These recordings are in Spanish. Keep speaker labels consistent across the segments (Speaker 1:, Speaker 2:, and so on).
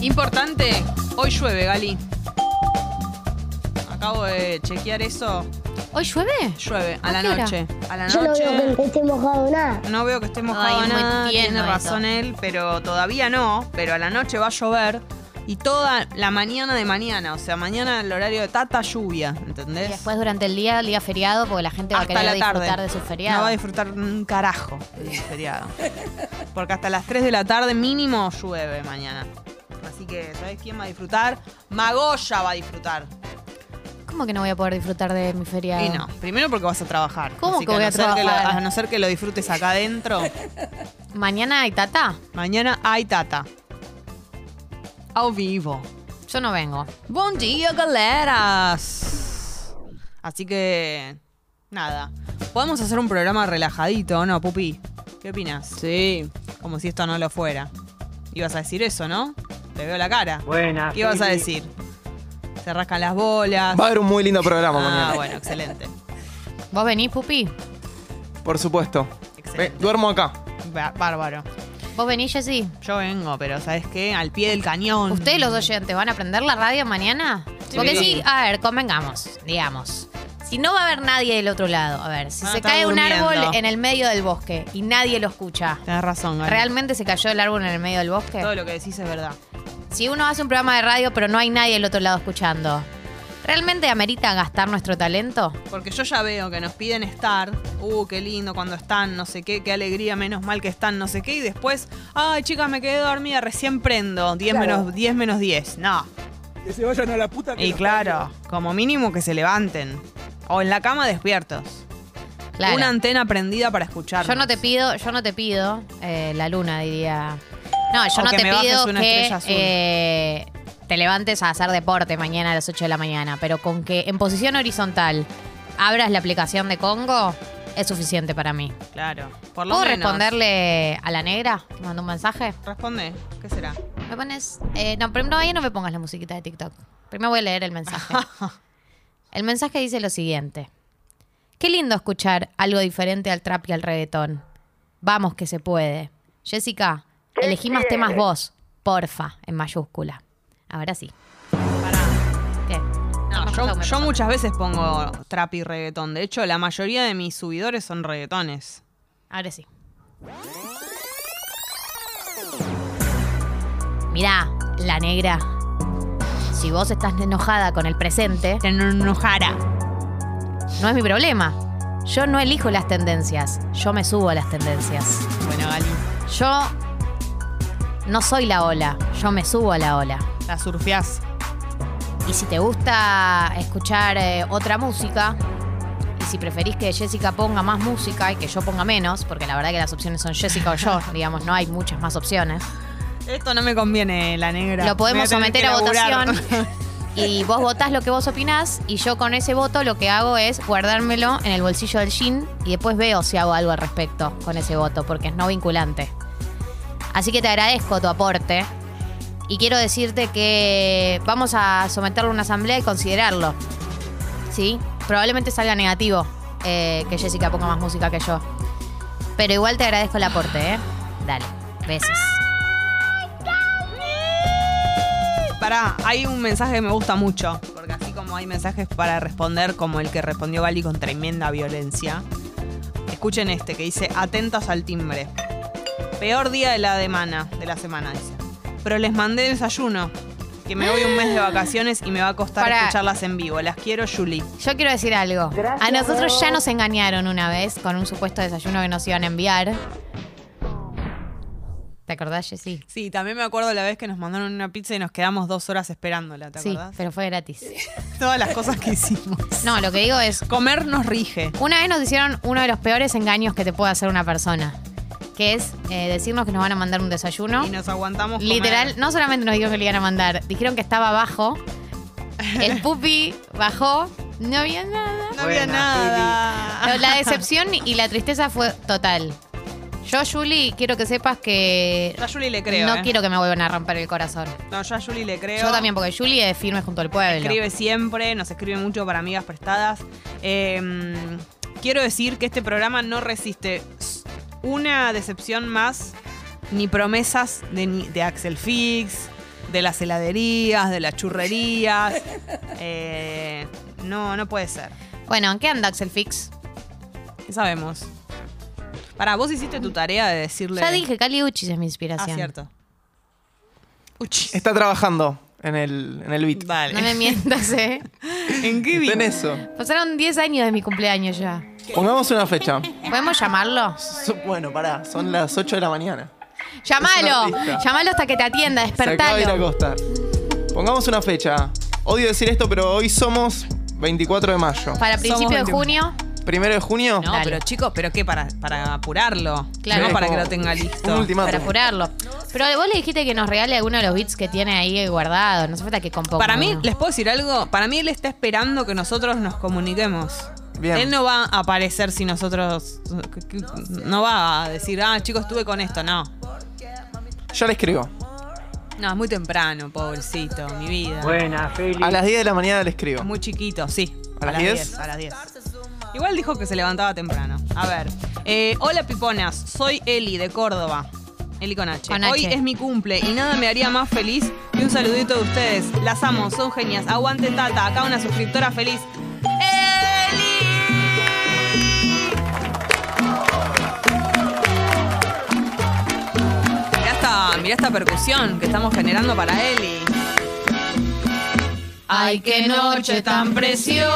Speaker 1: Importante, hoy llueve, Gali. Acabo de chequear eso.
Speaker 2: ¿Hoy llueve?
Speaker 1: Llueve a
Speaker 2: ¿A
Speaker 1: la
Speaker 2: qué hora?
Speaker 1: noche. A la
Speaker 3: Yo no
Speaker 1: noche.
Speaker 3: veo que, que esté mojado nada.
Speaker 1: No veo que esté mojado
Speaker 2: muy
Speaker 1: nada, tiene
Speaker 2: tierno
Speaker 1: razón él, pero todavía no, pero a la noche va a llover y toda la mañana de mañana, o sea, mañana el horario de tata lluvia, ¿entendés?
Speaker 2: Y después durante el día, el día feriado, porque la gente va a
Speaker 1: hasta
Speaker 2: querer
Speaker 1: la tarde.
Speaker 2: disfrutar de su
Speaker 1: No
Speaker 2: feriado.
Speaker 1: va a disfrutar un carajo de su feriado. Porque hasta las 3 de la tarde mínimo llueve mañana. Así que, ¿sabés quién va a disfrutar? Magoya va a disfrutar.
Speaker 2: ¿Cómo que no voy a poder disfrutar de mi feriado?
Speaker 1: Y no, primero porque vas a trabajar.
Speaker 2: ¿Cómo
Speaker 1: Así
Speaker 2: que voy
Speaker 1: no
Speaker 2: a
Speaker 1: ser que lo-
Speaker 2: trabajar?
Speaker 1: a no ser que lo disfrutes acá adentro.
Speaker 2: Mañana hay tata.
Speaker 1: Mañana hay tata. Ao vivo.
Speaker 2: Yo no vengo.
Speaker 1: Buen día, galeras. Así que. Nada. Podemos hacer un programa relajadito, ¿o ¿no, Pupi? ¿Qué opinas?
Speaker 4: Sí.
Speaker 1: Como si esto no lo fuera. Ibas a decir eso, ¿no? Te veo la cara.
Speaker 5: Buenas.
Speaker 1: ¿Qué ibas a
Speaker 5: Feli.
Speaker 1: decir? Se rascan las bolas.
Speaker 4: Va a haber un muy lindo programa
Speaker 1: Ah,
Speaker 4: mañana.
Speaker 1: bueno, excelente.
Speaker 2: ¿Vos venís, Pupi?
Speaker 4: Por supuesto.
Speaker 1: Excelente.
Speaker 4: Ve, duermo acá.
Speaker 1: Ba- Bárbaro.
Speaker 2: ¿Vos venís, Jessy?
Speaker 1: Yo vengo, pero ¿sabes qué? Al pie del cañón.
Speaker 2: ¿Ustedes los oyentes van a prender la radio mañana? Porque sí, a ver, convengamos, digamos. Si no va a haber nadie del otro lado, a ver, si
Speaker 1: Van a
Speaker 2: se
Speaker 1: estar
Speaker 2: cae un
Speaker 1: Ah, durmiendo.
Speaker 2: árbol en el medio del bosque y nadie lo escucha,
Speaker 1: Tenés razón, Gali.
Speaker 2: ¿realmente se cayó el árbol en el medio del bosque?
Speaker 1: Todo lo que decís es verdad.
Speaker 2: Si uno hace un programa de radio pero no hay nadie del otro lado escuchando, ¿realmente amerita gastar nuestro talento?
Speaker 1: Porque yo ya veo que nos piden estar. Uh, qué lindo cuando están, no sé qué, qué alegría, menos mal que están, no sé qué. Y después, ay, chicas, me quedé dormida, recién prendo. 10
Speaker 5: Claro.
Speaker 1: menos 10 menos 10. No.
Speaker 5: Que se vayan a la puta que
Speaker 1: Y
Speaker 5: los
Speaker 1: claro,
Speaker 5: parió.
Speaker 1: como mínimo que se levanten. O en la cama despiertos.
Speaker 2: Claro.
Speaker 1: Una antena prendida para escuchar.
Speaker 2: Yo no te pido, yo no te pido, eh, la luna diría. No, yo
Speaker 1: O
Speaker 2: no
Speaker 1: que
Speaker 2: te
Speaker 1: me bajes
Speaker 2: pido
Speaker 1: una
Speaker 2: que
Speaker 1: estrella azul.
Speaker 2: eh, te levantes a hacer deporte mañana a las 8 de la mañana, pero con que en posición horizontal abras la aplicación de Congo es suficiente para mí.
Speaker 1: Claro. Por lo
Speaker 2: ¿Puedo
Speaker 1: menos.
Speaker 2: responderle a la negra? que mandó un mensaje.
Speaker 1: Responde. ¿Qué será?
Speaker 2: Me pones. eh, no, primero ahí no me pongas la musiquita de TikTok. Primero voy a leer el mensaje. el mensaje dice lo siguiente: Qué lindo escuchar algo diferente al trap y al reggaetón. Vamos que se puede. Jessica, elegí más temas vos. Porfa, en mayúscula. Ahora sí. Bien.
Speaker 1: No,
Speaker 2: Me pasó,
Speaker 1: yo,
Speaker 2: me
Speaker 1: yo
Speaker 2: pasó.
Speaker 1: muchas veces pongo trap y reggaetón. De hecho, la mayoría de mis subidores son reggaetones.
Speaker 2: Ahora sí. Mirá, la negra. Si vos estás enojada con el presente,
Speaker 1: Te enojara.
Speaker 2: No es mi problema. Yo no elijo las tendencias. Yo me subo a las tendencias.
Speaker 1: Bueno, Gali,
Speaker 2: Yo no soy la ola. Yo me subo a la ola.
Speaker 1: la surfeás.
Speaker 2: Y si te gusta escuchar eh, otra música, y si preferís que Jessica ponga más música y que yo ponga menos, porque la verdad que las opciones son Jessica o yo, digamos, no hay muchas más opciones.
Speaker 1: Esto no me conviene, la negra.
Speaker 2: Lo podemos
Speaker 1: Voy tener
Speaker 2: someter
Speaker 1: que
Speaker 2: a
Speaker 1: laburar.
Speaker 2: votación. Y vos votás lo que vos opinás y yo con ese voto lo que hago es guardármelo en el bolsillo del jean y después veo si hago algo al respecto con ese voto, porque es no vinculante. Así que te agradezco tu aporte y quiero decirte que vamos a someterlo a una asamblea y considerarlo. ¿Sí? Probablemente salga negativo eh, que Jessica ponga más música que yo. Pero igual te agradezco el aporte, ¿eh? Dale, besos.
Speaker 1: Pará, hay un mensaje que me gusta mucho. Porque así como hay mensajes para responder, como el que respondió Gali con tremenda violencia. Escuchen este que dice: Atentos al timbre. Peor día de la, demana, de la semana, dice. Pero les mandé desayuno. Que me voy un mes de vacaciones y me va a costar
Speaker 2: Pará.
Speaker 1: escucharlas en vivo. Las quiero, Julie.
Speaker 2: Yo quiero decir algo. a nosotros ya nos engañaron una vez con un supuesto desayuno que nos iban a enviar. ¿Te acordás, Jessy?
Speaker 1: Sí, también me acuerdo la vez que nos mandaron una pizza y nos quedamos dos horas esperándola, ¿te
Speaker 2: Sí,
Speaker 1: acordás?
Speaker 2: pero fue gratis.
Speaker 1: Todas las cosas que hicimos.
Speaker 2: No, lo que digo es,
Speaker 1: Comer nos rige.
Speaker 2: una vez nos hicieron uno de los peores engaños que te puede hacer una persona, que es eh, decirnos que nos van a mandar un desayuno.
Speaker 1: Y nos aguantamos. comer.
Speaker 2: Literal, no solamente nos dijeron que le iban a mandar, dijeron que estaba abajo. El pupi bajó, no había nada.
Speaker 1: No había
Speaker 5: Buena,
Speaker 1: nada.
Speaker 2: Pero la decepción y la tristeza fue total. Yo, Julie, quiero que sepas que
Speaker 1: Yo a Juli le creo.
Speaker 2: no
Speaker 1: eh.
Speaker 2: quiero que me vuelvan a romper el corazón.
Speaker 1: No, yo a Juli le creo.
Speaker 2: Yo también, porque Julie es firme junto al pueblo.
Speaker 1: Escribe siempre, nos escribe mucho para amigas prestadas. Eh, quiero decir que este programa no resiste s- una decepción más, ni promesas de, ni- de Axel Fix, de las heladerías, de las churrerías. Eh, no, no puede ser.
Speaker 2: Bueno, ¿en qué anda Axel Fix?
Speaker 1: ¿Qué sabemos? Para, vos hiciste tu tarea de decirle.
Speaker 2: Ya dije, Cali Uchis es mi inspiración.
Speaker 1: Ah, cierto. Uchi.
Speaker 4: Está trabajando en el, en el beat.
Speaker 1: Dale.
Speaker 2: No me mientas, ¿eh?
Speaker 1: ¿En qué vi?
Speaker 4: Está en eso.
Speaker 2: Pasaron 10 años de mi cumpleaños ya.
Speaker 4: Pongamos una fecha.
Speaker 2: ¿Podemos llamarlo?
Speaker 4: So- bueno, pará, son las 8 de la mañana.
Speaker 2: Llámalo.
Speaker 4: Es un artista.
Speaker 2: Llámalo hasta que te atienda,
Speaker 4: Se acaba de ir a
Speaker 2: despertalo.
Speaker 4: acostar. Pongamos una fecha. Odio decir esto, pero hoy somos 24 de mayo.
Speaker 2: Para principio de
Speaker 1: 21.
Speaker 2: junio.
Speaker 4: ¿Primero de junio?
Speaker 1: No,
Speaker 2: Dale.
Speaker 1: pero chicos, ¿pero qué? Para, para apurarlo.
Speaker 2: Claro.
Speaker 1: No para que
Speaker 4: Como
Speaker 1: lo tenga listo.
Speaker 4: Un ultimátum.
Speaker 2: Para apurarlo. Pero vos le dijiste que nos regale alguno de los beats que tiene ahí guardado. No hace falta que componga.
Speaker 1: Para mí,
Speaker 2: uno.
Speaker 1: les puedo decir algo. Para mí, él está esperando que nosotros nos comuniquemos.
Speaker 4: Bien.
Speaker 1: Él no va a aparecer si nosotros. No va a decir, ah, chicos, estuve con esto. No.
Speaker 4: Ya le escribo.
Speaker 1: No, es muy temprano, pobrecito, mi vida.
Speaker 3: Buena, Feli.
Speaker 4: A las 10 de la mañana le
Speaker 1: Es
Speaker 4: escribo.
Speaker 1: muy chiquito, sí.
Speaker 4: ¿A las 10?
Speaker 1: A las 10. Igual dijo que se levantaba temprano. A ver. Eh, hola, piponas. Soy Eli, de Córdoba. Eli con H.
Speaker 2: Con
Speaker 1: Hoy
Speaker 2: H.
Speaker 1: es mi cumple y nada me haría más feliz que un saludito de ustedes. Las amo, son genias. Aguante, Tata. Acá una suscriptora feliz. ¡Eli! Mirá esta, mirá esta percusión que estamos generando para Eli.
Speaker 2: Ay, qué noche tan preciosa.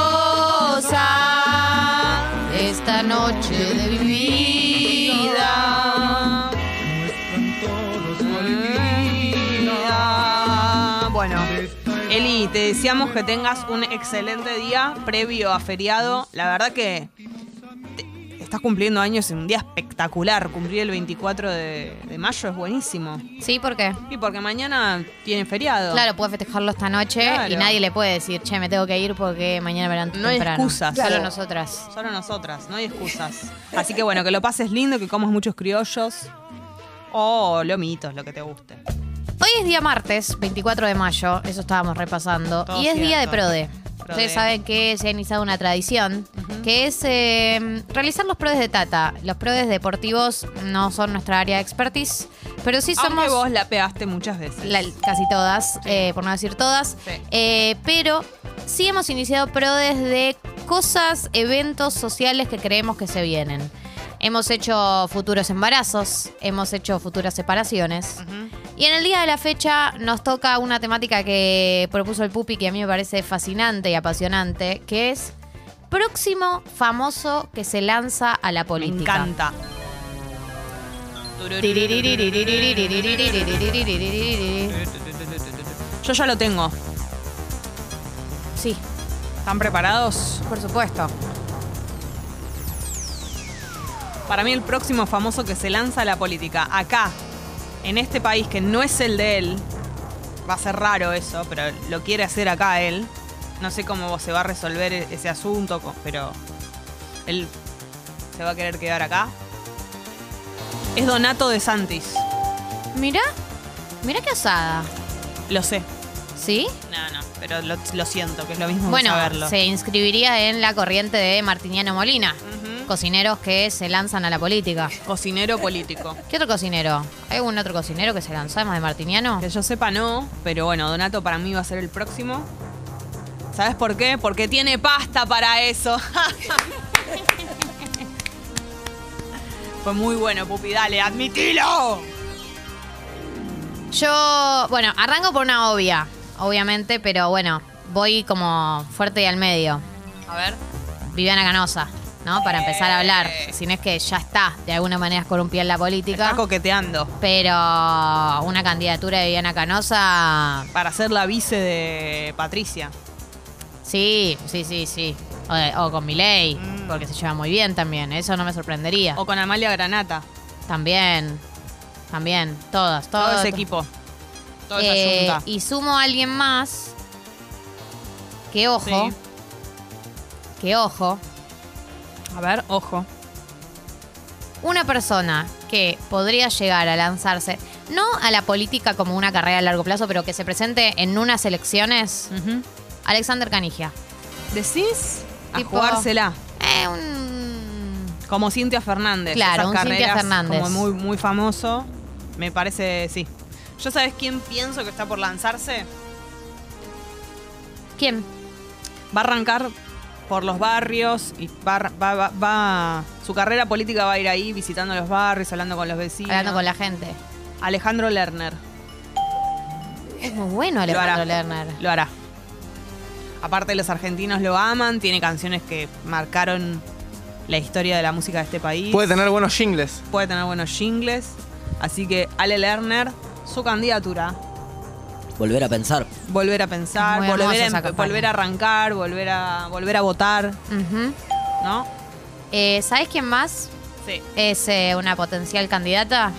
Speaker 2: Esta noche de mi vida.
Speaker 1: Bueno, Eli, te deseamos que tengas un excelente día previo a feriado. La verdad que te- estás cumpliendo años en un día espectacular. Cumplir el 24 de, de mayo es buenísimo.
Speaker 2: Sí, ¿por qué?
Speaker 1: Y porque mañana tiene feriado.
Speaker 2: Claro, puede festejarlo esta noche
Speaker 1: Claro.
Speaker 2: y nadie le puede decir, che, me tengo que ir porque mañana me levanto
Speaker 1: No hay
Speaker 2: temprano".
Speaker 1: excusas.
Speaker 2: Solo
Speaker 1: Claro.
Speaker 2: nosotras.
Speaker 1: Solo nosotras, no hay excusas. Así que bueno, que lo pases lindo, que comas muchos criollos. O lomitos, lo que te guste.
Speaker 2: Hoy es día martes, 24 de mayo, eso estábamos repasando.
Speaker 1: Todo
Speaker 2: y es día de
Speaker 1: cierto.
Speaker 2: PRODE.
Speaker 1: Prode.
Speaker 2: Ustedes saben que se ha iniciado una tradición, que es eh, realizar los PRODES de Tata. Los PRODES deportivos no son nuestra área de expertise, pero sí
Speaker 1: Aunque
Speaker 2: somos...
Speaker 1: vos la pegaste muchas veces.
Speaker 2: la- casi todas, eh, por no decir todas.
Speaker 1: Sí.
Speaker 2: Eh, pero sí hemos iniciado PRODES de cosas, eventos sociales que creemos que se vienen. Hemos hecho futuros embarazos, hemos hecho futuras separaciones.
Speaker 1: Ujú.
Speaker 2: Y en el día de la fecha nos toca una temática que propuso el Pupi que a mí me parece fascinante y apasionante, que es próximo famoso que se lanza a la
Speaker 1: Me
Speaker 2: política.
Speaker 1: encanta. Yo ya lo tengo.
Speaker 2: Sí,
Speaker 1: ¿Están preparados?
Speaker 2: por supuesto.
Speaker 1: Para mí el próximo famoso que se lanza a la política, acá, en este país que no es el de él, va a ser raro eso, pero lo quiere hacer acá él. No sé cómo se va a resolver e- ese asunto, co- pero él se va a querer quedar acá. Es Donato de Santis.
Speaker 2: Mira, mira qué osada.
Speaker 1: Lo sé.
Speaker 2: ¿Sí?
Speaker 1: No, no, pero lo, lo siento, que es lo mismo que
Speaker 2: Bueno,
Speaker 1: saberlo.
Speaker 2: se inscribiría en la corriente de Martiniano Molina.
Speaker 1: Ujú.
Speaker 2: Cocineros que se lanzan a la política.
Speaker 1: Cocinero político.
Speaker 2: ¿Qué otro cocinero? ¿Hay algún otro cocinero que se lanzó además de Martiniano?
Speaker 1: Que yo sepa no, pero bueno, Donato para mí va a ser el próximo. ¿Sabes por qué? Porque tiene pasta para eso. Fue muy bueno, Pupi, dale, admitilo.
Speaker 2: Yo, bueno, arranco por una obvia, obviamente, pero bueno, voy como fuerte y al medio.
Speaker 1: A ver.
Speaker 2: Viviana Canosa, ¿no? Para empezar a hablar.
Speaker 1: Eh.
Speaker 2: Si no es que ya está, de alguna manera, corrompida en la política.
Speaker 1: Está coqueteando.
Speaker 2: Pero una candidatura de Viviana Canosa,
Speaker 1: Para ser la vice de Patricia.
Speaker 2: sí, sí, sí, sí. O, de- o con Milei,
Speaker 1: Mm.
Speaker 2: porque se lleva muy bien también, eso no me sorprendería.
Speaker 1: O con Amalia Granata.
Speaker 2: También, también, todas, todas.
Speaker 1: Todo ese equipo. Toda esa
Speaker 2: Eh,
Speaker 1: yunta.
Speaker 2: y sumo a alguien más. Que ojo.
Speaker 1: Sí.
Speaker 2: Que ojo.
Speaker 1: A ver, ojo.
Speaker 2: Una persona que podría llegar a lanzarse, no a la política como una carrera a largo plazo, pero que se presente en unas elecciones,
Speaker 1: Mm.
Speaker 2: Alexander Canigia.
Speaker 1: ¿Decís? A
Speaker 2: Tipo-
Speaker 1: jugársela.
Speaker 2: Eh, un...
Speaker 1: Como Cintia Fernández.
Speaker 2: Claro,
Speaker 1: esas
Speaker 2: un Cintia
Speaker 1: carreras
Speaker 2: Fernández.
Speaker 1: Como muy, muy famoso. Me parece, sí. ¿Yo sabes quién pienso que está por lanzarse?
Speaker 2: ¿Quién?
Speaker 1: Va a arrancar por los barrios y va, va- va- va- su carrera política va a ir ahí visitando los barrios, hablando con los vecinos.
Speaker 2: Hablando con la gente.
Speaker 1: Alejandro Lerner
Speaker 2: Es muy bueno Alejandro Lerner.
Speaker 1: lo hará. Aparte los argentinos lo aman, tiene canciones que marcaron la historia de la música de este país.
Speaker 4: Puede tener buenos jingles.
Speaker 1: puede tener buenos jingles. Así que Ale Lerner, su candidatura.
Speaker 3: Volver a pensar.
Speaker 1: Volver a pensar,
Speaker 2: Muy hermosa
Speaker 1: volver
Speaker 2: esa
Speaker 1: a, em-
Speaker 2: campaña.
Speaker 1: volver a arrancar, volver a, volver a votar,
Speaker 2: Ujú.
Speaker 1: ¿no?
Speaker 2: Eh, ¿Sabes quién más
Speaker 1: Sí.
Speaker 2: es eh, una potencial candidata?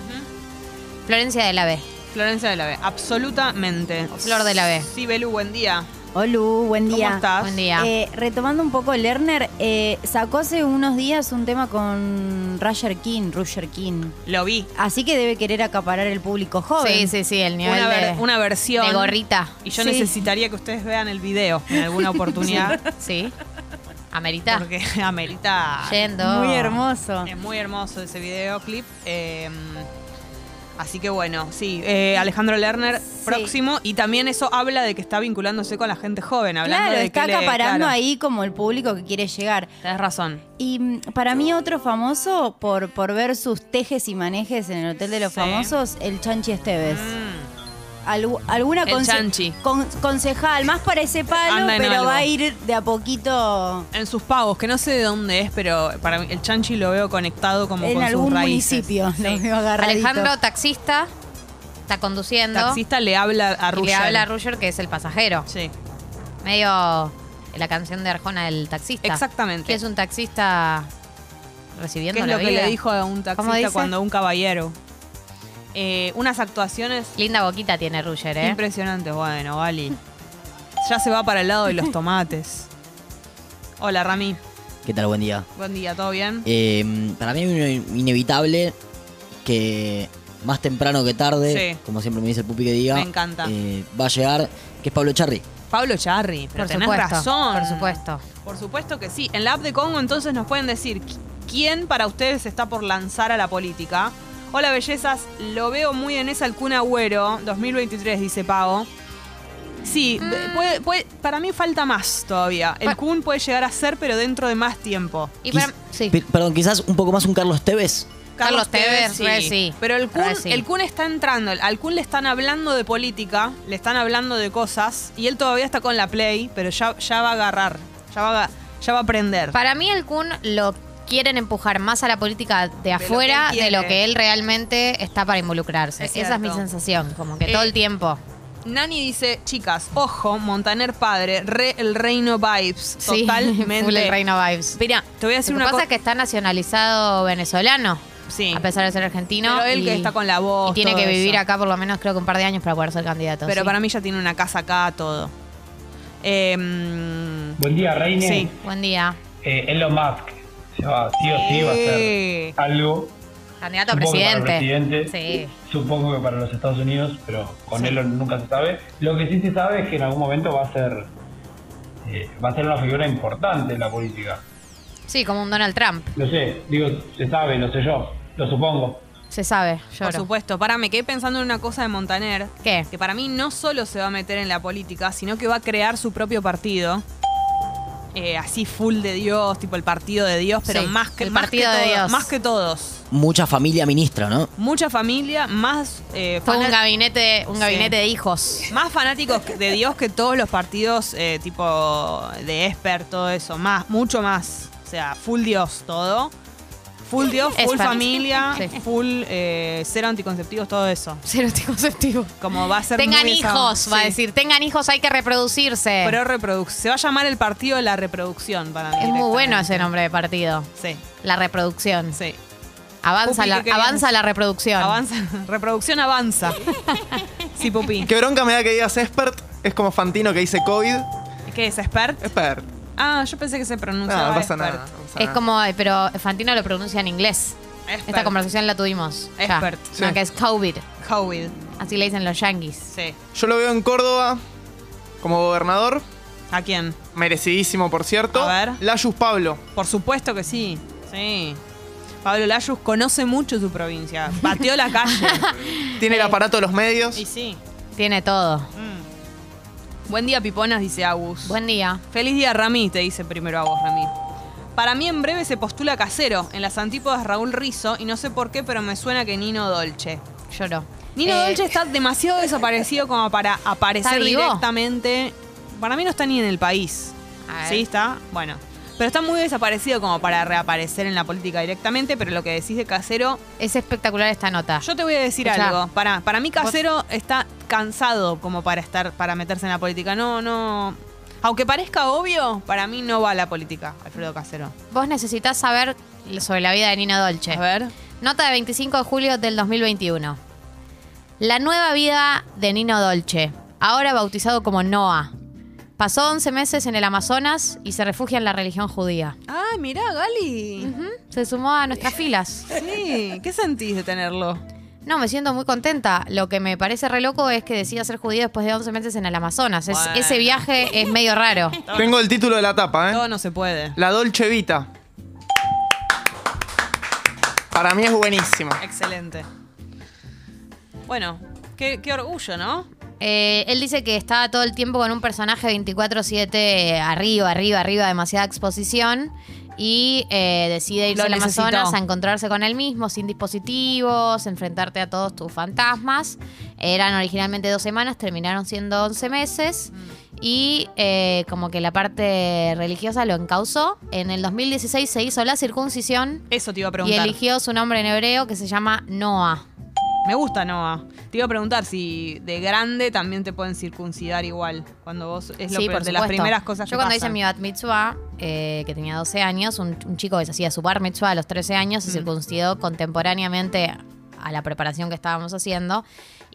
Speaker 2: Florencia de la B.
Speaker 1: Florencia de la B, absolutamente.
Speaker 2: Flor de la B.
Speaker 1: Sí, Belu, buen día.
Speaker 6: Olu, buen
Speaker 1: ¿Cómo
Speaker 6: día.
Speaker 1: estás?
Speaker 2: Buen día.
Speaker 6: Eh, retomando un poco, Lerner eh, sacó hace unos días un tema con Roger King, Roger King.
Speaker 1: Lo vi.
Speaker 6: Así que debe querer acaparar el público joven.
Speaker 2: sí, sí, sí, el nivel
Speaker 1: Una, ver-
Speaker 2: de,
Speaker 1: una versión.
Speaker 2: de gorrita.
Speaker 1: Y yo
Speaker 6: Sí.
Speaker 1: necesitaría que ustedes vean el video en alguna oportunidad.
Speaker 2: Sí. Amerita.
Speaker 1: Porque amerita.
Speaker 2: Yendo.
Speaker 6: Muy hermoso.
Speaker 1: Es muy hermoso ese videoclip. eh, así que bueno, sí, eh, Alejandro Lerner próximo. Y también eso habla de que está vinculándose con la gente joven. Hablando
Speaker 6: Claro,
Speaker 1: de
Speaker 6: está
Speaker 1: que le-
Speaker 6: acaparando
Speaker 1: claro,
Speaker 6: ahí como el público que quiere llegar.
Speaker 1: Tenés razón.
Speaker 6: Y mm, para mí otro famoso, por, por ver sus tejes y manejes en el Hotel de los
Speaker 1: Sí.
Speaker 6: Famosos, el Chanchi Esteves.
Speaker 1: Mm,
Speaker 6: Algu- alguna
Speaker 1: El
Speaker 6: conse-
Speaker 1: Chanchi.
Speaker 6: con- concejal, más para ese palo,
Speaker 1: Anda en
Speaker 6: pero
Speaker 1: algo.
Speaker 6: va a ir de a poquito
Speaker 1: En sus pagos, que no sé de dónde es, pero para mí el chanchi lo veo conectado como
Speaker 6: en
Speaker 1: con
Speaker 6: algún
Speaker 1: sus raíces.
Speaker 6: municipio.
Speaker 1: Sí.
Speaker 6: lo veo agarradito.
Speaker 2: Alejandro, taxista, está conduciendo.
Speaker 1: Taxista le habla a
Speaker 2: y
Speaker 1: Ruger.
Speaker 2: le habla a Ruger, que es el pasajero.
Speaker 1: Sí,
Speaker 2: Medio eh, la canción de Arjona del taxista. Que
Speaker 1: exactamente.
Speaker 2: es un taxista
Speaker 1: ¿Qué
Speaker 2: recibiendo
Speaker 1: es
Speaker 2: la
Speaker 1: lo que
Speaker 2: vida.
Speaker 1: le dijo a un
Speaker 2: ¿Cómo dice?
Speaker 1: taxista cuando un caballero? Eh, unas actuaciones
Speaker 2: Linda boquita tiene Ruger, ¿eh?
Speaker 1: Impresionante, bueno, Vali. Ya se va para el lado de los tomates. Hola, Rami.
Speaker 3: ¿Qué tal? Buen día.
Speaker 1: Buen día, ¿todo bien?
Speaker 3: Eh, para mí es ine- inevitable que más temprano que tarde,
Speaker 1: Sí.
Speaker 3: como siempre me dice el pupi que diga,
Speaker 1: Me encanta.
Speaker 3: eh, va a llegar, que es Pablo Charri.
Speaker 1: Pablo Charri, pero
Speaker 2: Por
Speaker 1: tenés
Speaker 2: supuesto.
Speaker 1: razón.
Speaker 2: Por supuesto.
Speaker 1: Por supuesto que sí. En la app de Congo entonces nos pueden decir qui- quién para ustedes está por lanzar a la política. Hola, bellezas. Lo veo muy en esa Kun Agüero 2023, dice Pago. Sí, puede- puede- para mí falta más todavía. El
Speaker 2: Mm. Pa-
Speaker 1: Kun puede llegar a ser, pero dentro de más tiempo.
Speaker 2: Y
Speaker 3: Quiz-
Speaker 2: para- sí.
Speaker 3: pe- Perdón, quizás un poco más un Carlos Tevez.
Speaker 1: Carlos
Speaker 2: Carlos
Speaker 1: Tevez,
Speaker 2: Tevez,
Speaker 1: sí.
Speaker 2: re sí.
Speaker 1: Pero el Kun,
Speaker 2: Re sí.
Speaker 1: el Kun está entrando, al Kun le están hablando de política, le están hablando de cosas, y él todavía está con la Play, pero ya, ya va a agarrar, ya va a, ya va a aprender.
Speaker 2: Para mí el Kun lo quieren empujar más a la política de
Speaker 1: que
Speaker 2: afuera
Speaker 1: él
Speaker 2: de lo
Speaker 1: quiere.
Speaker 2: que él realmente está para involucrarse.
Speaker 1: Es
Speaker 2: Esa es mi
Speaker 1: cierto.
Speaker 2: sensación, como que
Speaker 1: Eh,
Speaker 2: todo el tiempo.
Speaker 1: Nani dice, chicas, ojo, Montaner padre, re el reino vibes,
Speaker 2: Sí,
Speaker 1: totalmente.
Speaker 2: full el Reino Vibes.
Speaker 1: Mirá, te voy a decir
Speaker 2: lo que
Speaker 1: una
Speaker 2: pasa
Speaker 1: cosa
Speaker 2: es que está nacionalizado venezolano,
Speaker 1: sí.
Speaker 2: a pesar de ser argentino.
Speaker 1: pero él
Speaker 2: y-
Speaker 1: que está con la voz.
Speaker 2: y tiene
Speaker 1: todo
Speaker 2: que vivir
Speaker 1: eso.
Speaker 2: acá por lo menos creo que un par de años para poder ser candidato.
Speaker 1: Pero
Speaker 2: sí.
Speaker 1: para mí ya tiene una casa acá, todo. Em,
Speaker 7: Buen día, Reine.
Speaker 1: Sí.
Speaker 2: Buen día.
Speaker 7: Eh, Elon Musk se va, sí o sí va a ser
Speaker 1: eh,
Speaker 7: algo.
Speaker 2: Candidato a
Speaker 7: supongo que para
Speaker 2: presidente.
Speaker 7: el presidente.
Speaker 2: Sí.
Speaker 7: Supongo que para los Estados Unidos, pero con Elon nunca se sabe. Lo que sí se sabe es que en algún momento va a ser eh, va a ser una figura importante en la política.
Speaker 2: Sí, como un Donald Trump.
Speaker 7: Lo sé, digo, se sabe, lo sé yo, lo supongo.
Speaker 2: Se sabe,
Speaker 1: Por
Speaker 2: lloro.
Speaker 1: supuesto, para, me quedé pensando en una cosa de Montaner,
Speaker 2: ¿Qué?
Speaker 1: que para mí no solo se va a meter en la política, sino que va a crear su propio partido. Eh, así full de Dios, tipo el partido de Dios, pero
Speaker 2: Sí,
Speaker 1: más que
Speaker 2: el
Speaker 1: más
Speaker 2: partido
Speaker 1: que
Speaker 2: de
Speaker 1: todo-
Speaker 2: Dios.
Speaker 1: más que todos.
Speaker 3: Mucha familia ministra, ¿no?
Speaker 1: Mucha familia, más eh,
Speaker 2: Fue un
Speaker 1: fana-
Speaker 2: gabinete, un
Speaker 1: Sí.
Speaker 2: gabinete de hijos.
Speaker 1: más fanáticos de Dios que todos los partidos eh, tipo de Esper, todo eso, más, mucho más. O sea, full Dios todo. Full Dios, full
Speaker 2: Esper.
Speaker 1: familia,
Speaker 2: Sí.
Speaker 1: full eh, cero anticonceptivos, todo eso.
Speaker 2: Cero anticonceptivo.
Speaker 1: Como va a ser
Speaker 2: Tengan
Speaker 1: muy esa-
Speaker 2: hijos, va a
Speaker 1: Sí.
Speaker 2: decir. Tengan hijos, hay que reproducirse.
Speaker 1: Pero reproduc- se va a llamar el partido de la reproducción para mí.
Speaker 2: es muy bueno ese
Speaker 1: directamente.
Speaker 2: nombre de partido.
Speaker 1: Sí,
Speaker 2: La reproducción.
Speaker 1: sí.
Speaker 2: Avanza,
Speaker 1: Pupi,
Speaker 2: la,
Speaker 1: ¿qué querías?
Speaker 2: avanza la reproducción.
Speaker 1: Avanza, reproducción avanza. Sí, Pupi.
Speaker 4: Qué bronca me da que digas expert. Es como Fantino que dice COVID.
Speaker 1: ¿Qué es expert?
Speaker 4: Expert.
Speaker 1: Ah, yo pensé que se
Speaker 4: No,
Speaker 1: pronunciaba
Speaker 4: no pasa
Speaker 1: expert.
Speaker 4: nada. no
Speaker 2: Es
Speaker 4: pasa nada.
Speaker 2: como, eh, pero Fantino lo pronuncia en inglés.
Speaker 1: Expert.
Speaker 2: Esta conversación la tuvimos. ya.
Speaker 1: Expert.
Speaker 2: No,
Speaker 4: Sí.
Speaker 2: que es COVID.
Speaker 1: Covid.
Speaker 2: Así le dicen los yanguis.
Speaker 1: Sí.
Speaker 4: Yo lo veo en Córdoba como gobernador.
Speaker 1: ¿A quién?
Speaker 4: Merecidísimo, por cierto.
Speaker 1: A ver.
Speaker 4: Layus Pablo.
Speaker 1: Por supuesto que sí. Sí. Pablo Layus conoce mucho su provincia. Bateó la calle.
Speaker 4: Tiene el aparato de los medios.
Speaker 1: y sí.
Speaker 2: Tiene todo.
Speaker 1: Mm. Buen día, Piponas, dice Agus.
Speaker 2: Buen día.
Speaker 1: Feliz día, Rami, te dice primero a vos, Rami. Para mí en breve se postula Casero, en las antípodas Raúl Rizo, y no sé por qué, pero me suena que Nino Dolce.
Speaker 2: Lloro.
Speaker 1: Nino
Speaker 2: Eh,
Speaker 1: Dolce está demasiado desaparecido como para aparecer
Speaker 2: ¿Está vivo?
Speaker 1: directamente. Para mí no está ni en el país.
Speaker 2: A ver.
Speaker 1: Sí, está. Bueno. Pero está muy desaparecido como para reaparecer en la política directamente, pero lo que decís de Casero
Speaker 2: Es espectacular esta nota.
Speaker 1: yo te voy a decir
Speaker 2: Escuchá.
Speaker 1: algo. Para, para mí Casero está cansado como para estar, para meterse en la política. No, no. Aunque parezca obvio, para mí no va a la política, Alfredo Casero.
Speaker 2: Vos necesitas saber sobre la vida de Nina Dolce.
Speaker 1: A ver.
Speaker 2: Nota de 25 de julio del 2021. La nueva vida de Nino Dolce, ahora bautizado como Noah. Pasó 11 meses en el Amazonas y se refugia en la religión judía.
Speaker 1: Ay, mirá, Gali.
Speaker 2: Se sumó a nuestras filas.
Speaker 1: Sí. ¿Qué sentís de tenerlo?
Speaker 2: No, me siento muy contenta. Lo que me parece re loco es que decida ser judío después de 11 meses en el Amazonas. Es-
Speaker 1: Bueno.
Speaker 2: Ese viaje es medio raro.
Speaker 4: Tengo el título de la tapa, ¿eh?
Speaker 1: Todo no se puede.
Speaker 4: La Dolce Vita. Para mí es buenísima.
Speaker 1: Excelente. Bueno, qué, qué orgullo, ¿no?
Speaker 2: Eh, él dice que estaba todo el tiempo con un personaje 24-7 arriba, arriba, arriba, demasiada exposición. Y eh, decide irse
Speaker 1: Lo
Speaker 2: al
Speaker 1: necesitó.
Speaker 2: Amazonas a encontrarse con él mismo, sin dispositivos, enfrentarte a todos tus fantasmas. Eran originalmente dos semanas, terminaron siendo 11 meses.
Speaker 1: Mm.
Speaker 2: Y eh, como que la parte religiosa lo encausó. En el 2016 se hizo la circuncisión
Speaker 1: Eso te iba a
Speaker 2: y
Speaker 1: preguntar.
Speaker 2: eligió su nombre en hebreo que se llama Noah.
Speaker 1: Me gusta Noah. Te iba a preguntar si de grande también te pueden circuncidar igual. Cuando vos es lo
Speaker 2: sí,
Speaker 1: peor,
Speaker 2: por
Speaker 1: de las
Speaker 2: supuesto.
Speaker 1: primeras cosas
Speaker 2: Yo
Speaker 1: que
Speaker 2: cuando hice
Speaker 1: pasan.
Speaker 2: mi bat mitzvah, eh, que tenía 12 años, un, un chico que se hacía su bar mitzvah a los 13 años se
Speaker 1: Mm.
Speaker 2: circuncidó contemporáneamente a la preparación que estábamos haciendo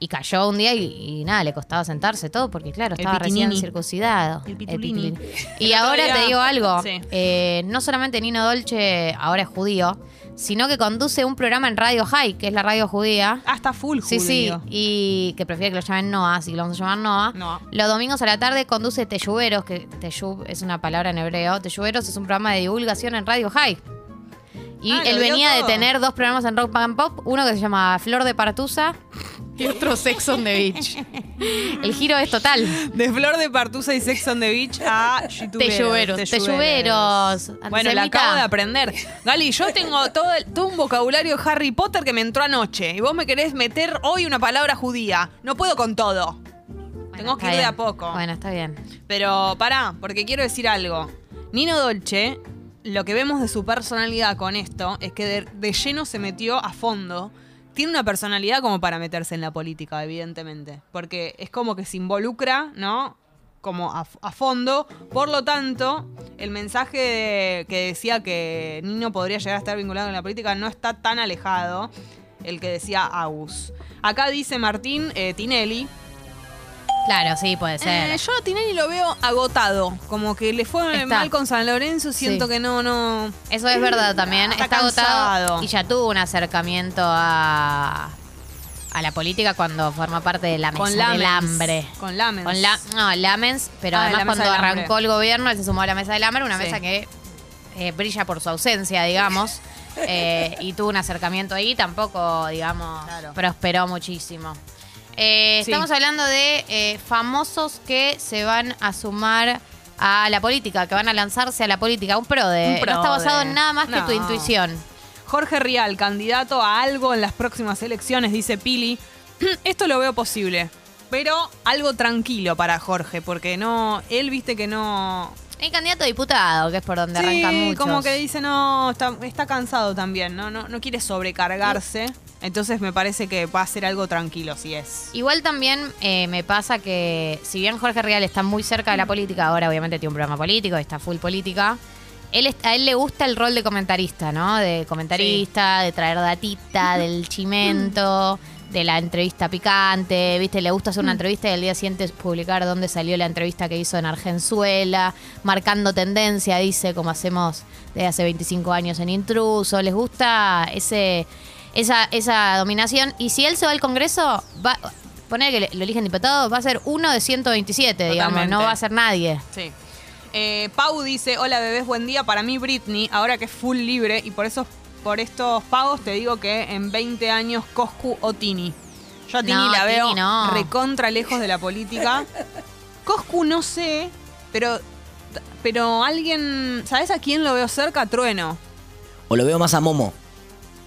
Speaker 2: y cayó un día y, y nada, le costaba sentarse todo porque claro,
Speaker 1: El
Speaker 2: estaba recién
Speaker 1: pitinini.
Speaker 2: circuncidado.
Speaker 1: El pitulini.
Speaker 2: pitilini.
Speaker 1: El
Speaker 2: Y
Speaker 1: otro
Speaker 2: ahora
Speaker 1: día-
Speaker 2: te digo algo,
Speaker 1: Sí.
Speaker 2: eh, no solamente Nino Dolce ahora es judío, sino que conduce un programa en Radio High, que es la radio judía.
Speaker 1: Ah, está full
Speaker 2: Sí, sí,
Speaker 1: judío.
Speaker 2: y que prefiere que lo llamen Noah, así que lo vamos a llamar Noah.
Speaker 1: Noah.
Speaker 2: Los domingos a la tarde conduce Teyuberos, que Teyub es una palabra en hebreo. Teyuberos es un programa de divulgación en Radio High. Y
Speaker 1: Ah, lo dio
Speaker 2: él venía de
Speaker 1: todo.
Speaker 2: tener dos programas en Rock and Pop, uno que se llama Flor de Partusa y otro Sex on the Beach. El giro es total.
Speaker 1: De Flor de Partusa y Sex on the Beach a Teyuberos.
Speaker 2: Teyuberos, teyuberos.
Speaker 1: Bueno, la
Speaker 2: Antisemita.
Speaker 1: acabo de aprender. Gali, yo tengo todo, el- todo un vocabulario Harry Potter que me entró anoche. Y vos me querés meter hoy una palabra judía. No puedo con todo.
Speaker 2: Bueno,
Speaker 1: tengo que
Speaker 2: está
Speaker 1: ir de
Speaker 2: bien.
Speaker 1: a poco.
Speaker 2: Bueno, está bien.
Speaker 1: Pero pará, porque quiero decir algo. Nino Dolce, lo que vemos de su personalidad con esto es que de, de lleno se metió a fondo. Tiene una personalidad como para meterse en la política, evidentemente. Porque es como que se involucra, ¿no? Como a, a fondo. Por lo tanto, el mensaje de- que decía que Nino podría llegar a estar vinculado con la política no está tan alejado. El que decía Agus. Acá dice Martín eh, Tinelli,
Speaker 2: Claro, sí, puede ser.
Speaker 1: eh, yo a Tinelli lo veo agotado. Como que le fue
Speaker 2: Está.
Speaker 1: mal con San Lorenzo. Siento
Speaker 2: Sí.
Speaker 1: que no, no.
Speaker 2: Eso es verdad también.
Speaker 1: Está
Speaker 2: Está,
Speaker 1: cansado.
Speaker 2: agotado. Y ya tuvo un acercamiento a, a la política cuando forma parte de la mesa
Speaker 1: Con
Speaker 2: del
Speaker 1: Lamens.
Speaker 2: hambre.
Speaker 1: Con Lamens.
Speaker 2: Con la, no, Lamens, pero
Speaker 1: Ah,
Speaker 2: además
Speaker 1: la mesa
Speaker 2: cuando
Speaker 1: del hambre.
Speaker 2: arrancó el gobierno, él se sumó a la mesa del hambre, una
Speaker 1: Sí.
Speaker 2: mesa que eh, brilla por su ausencia, digamos. Eh, y tuvo un acercamiento ahí, tampoco, digamos,
Speaker 1: Claro.
Speaker 2: prosperó muchísimo. Eh,
Speaker 1: Sí.
Speaker 2: Estamos hablando de eh, famosos que se van a sumar a la política, que van a lanzarse a la política. Un pro de.
Speaker 1: Un pro
Speaker 2: no está basado
Speaker 1: de-
Speaker 2: en nada más que
Speaker 1: No.
Speaker 2: tu intuición.
Speaker 1: Jorge Rial, candidato a algo en las próximas elecciones, dice Pili. Esto lo veo posible. Pero algo tranquilo para Jorge, porque no. Él viste que no.
Speaker 2: Hay candidato a diputado, que es por donde
Speaker 1: sí,
Speaker 2: arrancan muchos.
Speaker 1: como que dice, no, está, está cansado también, ¿no? No, no quiere sobrecargarse. Entonces me parece que va a ser algo tranquilo, si es.
Speaker 2: Igual también eh, me pasa que, si bien Jorge Real está muy cerca de la política, ahora obviamente tiene un programa político, está full política, él es- a él le gusta el rol de comentarista, ¿no? De comentarista, de traer datita, del chimento, de la entrevista picante, ¿viste? Le gusta hacer una entrevista y el día siguiente publicar dónde salió la entrevista que hizo en Argenzuela, marcando tendencia, dice, como hacemos desde hace 25 años en Intruso. Les gusta ese esa, esa dominación. Y si él se va al Congreso, va, poner que le- lo eligen diputado, va a ser uno de 127, digamos,
Speaker 1: Totalmente.
Speaker 2: no va a ser nadie.
Speaker 1: Sí. Eh, Pau dice, hola bebés, buen día. Para mí Britney, ahora que es full libre y por esos por estos pagos te digo que en 20 años Coscu o Tini. Yo a Tini
Speaker 2: No,
Speaker 1: la
Speaker 2: Tini
Speaker 1: veo
Speaker 2: no.
Speaker 1: recontra lejos de la política. Coscu no sé, pero, pero alguien, ¿sabes a quién lo veo cerca? Trueno.
Speaker 3: O lo veo más a Momo.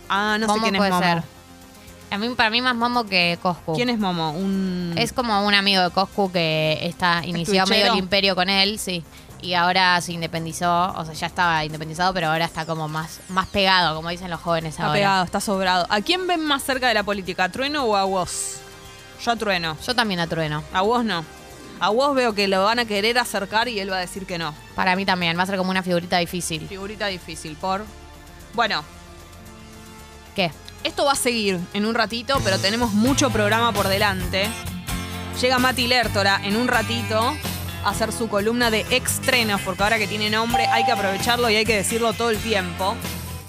Speaker 1: Ah, no sé
Speaker 2: Momo
Speaker 1: quién es
Speaker 2: puede
Speaker 1: Momo.
Speaker 2: ser. A mí, para mí más Momo que Coscu.
Speaker 1: ¿Quién es Momo? Un...
Speaker 2: Es como un amigo de Coscu que está inició
Speaker 1: Estuchero.
Speaker 2: medio el imperio con él, sí. Y ahora se independizó, o sea, ya estaba independizado, pero ahora está como más, más pegado, como dicen los jóvenes
Speaker 1: Está
Speaker 2: ahora.
Speaker 1: pegado, está sobrado. ¿A quién ven más cerca de la política? ¿A Trueno o a vos? Yo a Trueno.
Speaker 2: Yo también a Trueno.
Speaker 1: A vos no. A vos veo que lo van a querer acercar y él va a decir que no.
Speaker 2: Para mí también, va a ser como una figurita difícil.
Speaker 1: Figurita difícil, por. Bueno,
Speaker 2: ¿Qué?
Speaker 1: esto va a seguir en un ratito, pero tenemos mucho programa por delante. Llega Mati Lertora en un ratito a hacer su columna de estrenos, porque ahora que tiene nombre hay que aprovecharlo y hay que decirlo todo el tiempo.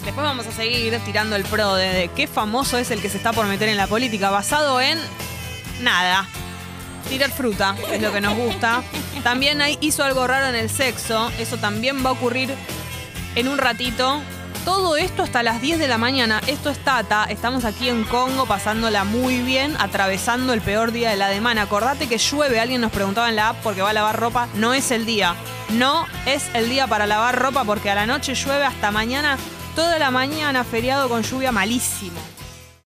Speaker 1: Después vamos a seguir tirando el pro de, de qué famoso es el que se está por meter en la política, basado en nada. Tirar fruta es lo que nos gusta. También hay, hizo algo raro en el sexo, eso también va a ocurrir en un ratito. Todo esto hasta las 10 de la mañana. Esto es Tata. Estamos aquí en Congo pasándola muy bien, atravesando el peor día de la semana. Acordate que llueve. Alguien nos preguntaba en la app porque va a lavar ropa. No es el día. No es el día para lavar ropa porque a la noche llueve hasta mañana. Toda la mañana feriado con lluvia malísimo.